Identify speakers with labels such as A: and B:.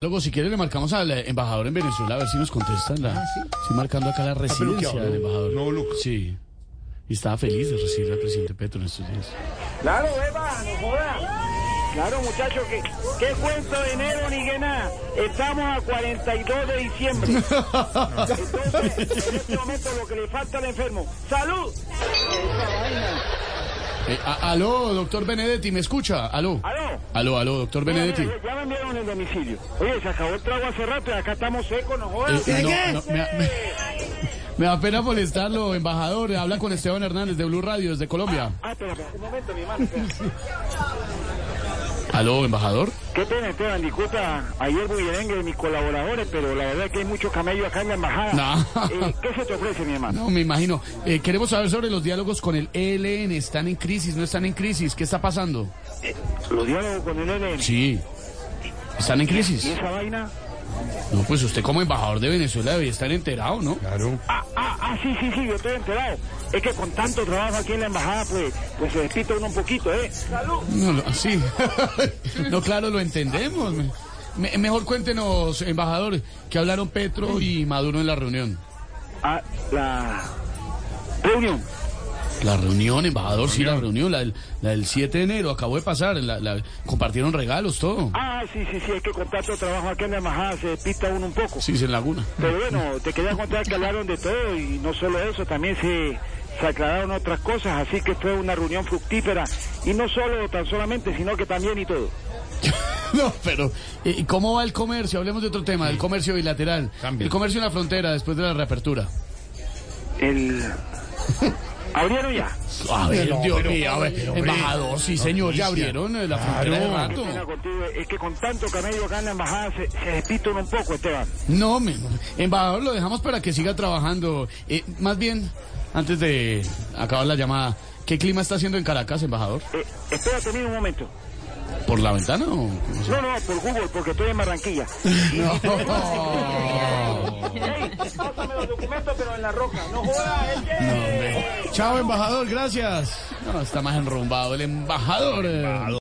A: Luego, si quiere, le marcamos al eh, embajador en Venezuela a ver si nos contestan. La... Estoy marcando acá la residencia
B: bloqueado.
A: del embajador.
B: No, Luca.
A: Sí. Y estaba feliz de recibir al presidente Petro en estos días.
C: Claro, Eva, no joda. Claro, muchachos, que qué cuento de enero ni que nada. Estamos a 42 de diciembre. Entonces, en este momento lo que le falta al enfermo. ¡Salud!
A: Eh, a- aló, doctor Benedetti, ¿me escucha? Aló.
C: Aló.
A: Aló, aló, doctor Benedetti.
C: Ya, ya me enviaron el domicilio. Oye, se acabó el trago hace rato y acá estamos secos, no jodas.
A: Eh, no, no, me, da- me- me da pena molestarlo, embajador. Habla con Esteban Hernández de Blue Radio desde Colombia.
C: Ah, espera, espera, un momento, mi hermano. espera.
A: Aló, embajador.
C: Qué pena, Esteban, disculpa ayer Bullerengue de mis colaboradores, pero la verdad es que hay mucho camello acá en la embajada.
A: No.
C: Eh, ¿Qué se te ofrece, mi hermano?
A: No, me imagino. Eh, queremos saber sobre los diálogos con el ELN. ¿Están en crisis? ¿No están en crisis? ¿Qué está pasando?
C: Eh, Los diálogos con el LN.
A: Sí. ¿Están en crisis?
C: ¿Y esa vaina?
A: No, pues usted como embajador de Venezuela debe estar enterado, ¿no?
B: Claro.
C: Ah, ah, ah, sí, sí, sí, yo estoy enterado. Es que con tanto trabajo aquí en la embajada, pues, pues se despita uno un poquito, ¿eh? ¡Salud!
A: No, no, sí. no, claro, lo entendemos. Me- me- mejor cuéntenos, embajador, que hablaron Petro y Maduro en la reunión.
C: Ah, la reunión.
A: La reunión, embajador, sí, la reunión, la del, la del 7 de enero, acabó de pasar, la- la- compartieron regalos, todo.
C: Ah, sí, sí, sí, es que con tanto trabajo aquí en la embajada se despista uno un poco.
A: Sí, sí, en Laguna.
C: Pero bueno, te quería contar que hablaron de todo y no solo eso, también se, se aclararon otras cosas, así que fue una reunión fructífera. Y no solo, tan solamente, sino que también y todo.
A: no, pero eh, ¿y ¿cómo va el comercio? Hablemos de otro tema, del comercio bilateral.
B: Cambia.
A: El comercio en la frontera después de la reapertura.
C: El... ¿Abrieron ya?
A: A ver,
B: Pero,
A: Dios
B: pero,
A: mío, a ver,
B: pero, hombre,
A: embajador, sí, señor, ya abrieron eh, la frontera de
B: Claro.
C: Qué pena
A: rato.
C: contigo, es que con tanto camello acá en la embajada se, se despista uno un poco, Esteban.
A: No, me- embajador, lo dejamos para que siga trabajando. Eh, más bien, antes de acabar la llamada, ¿qué clima está haciendo en Caracas, embajador?
C: Eh, espérate mira un momento.
A: ¿Por la ventana o cómo se-
C: No, no, por Google, porque estoy en Barranquilla.
A: No.
C: Ey, pásame los documentos, pero en la roca. No jodas, es que...
A: Chao, embajador, gracias. No, está más enrumbado el embajador. eh.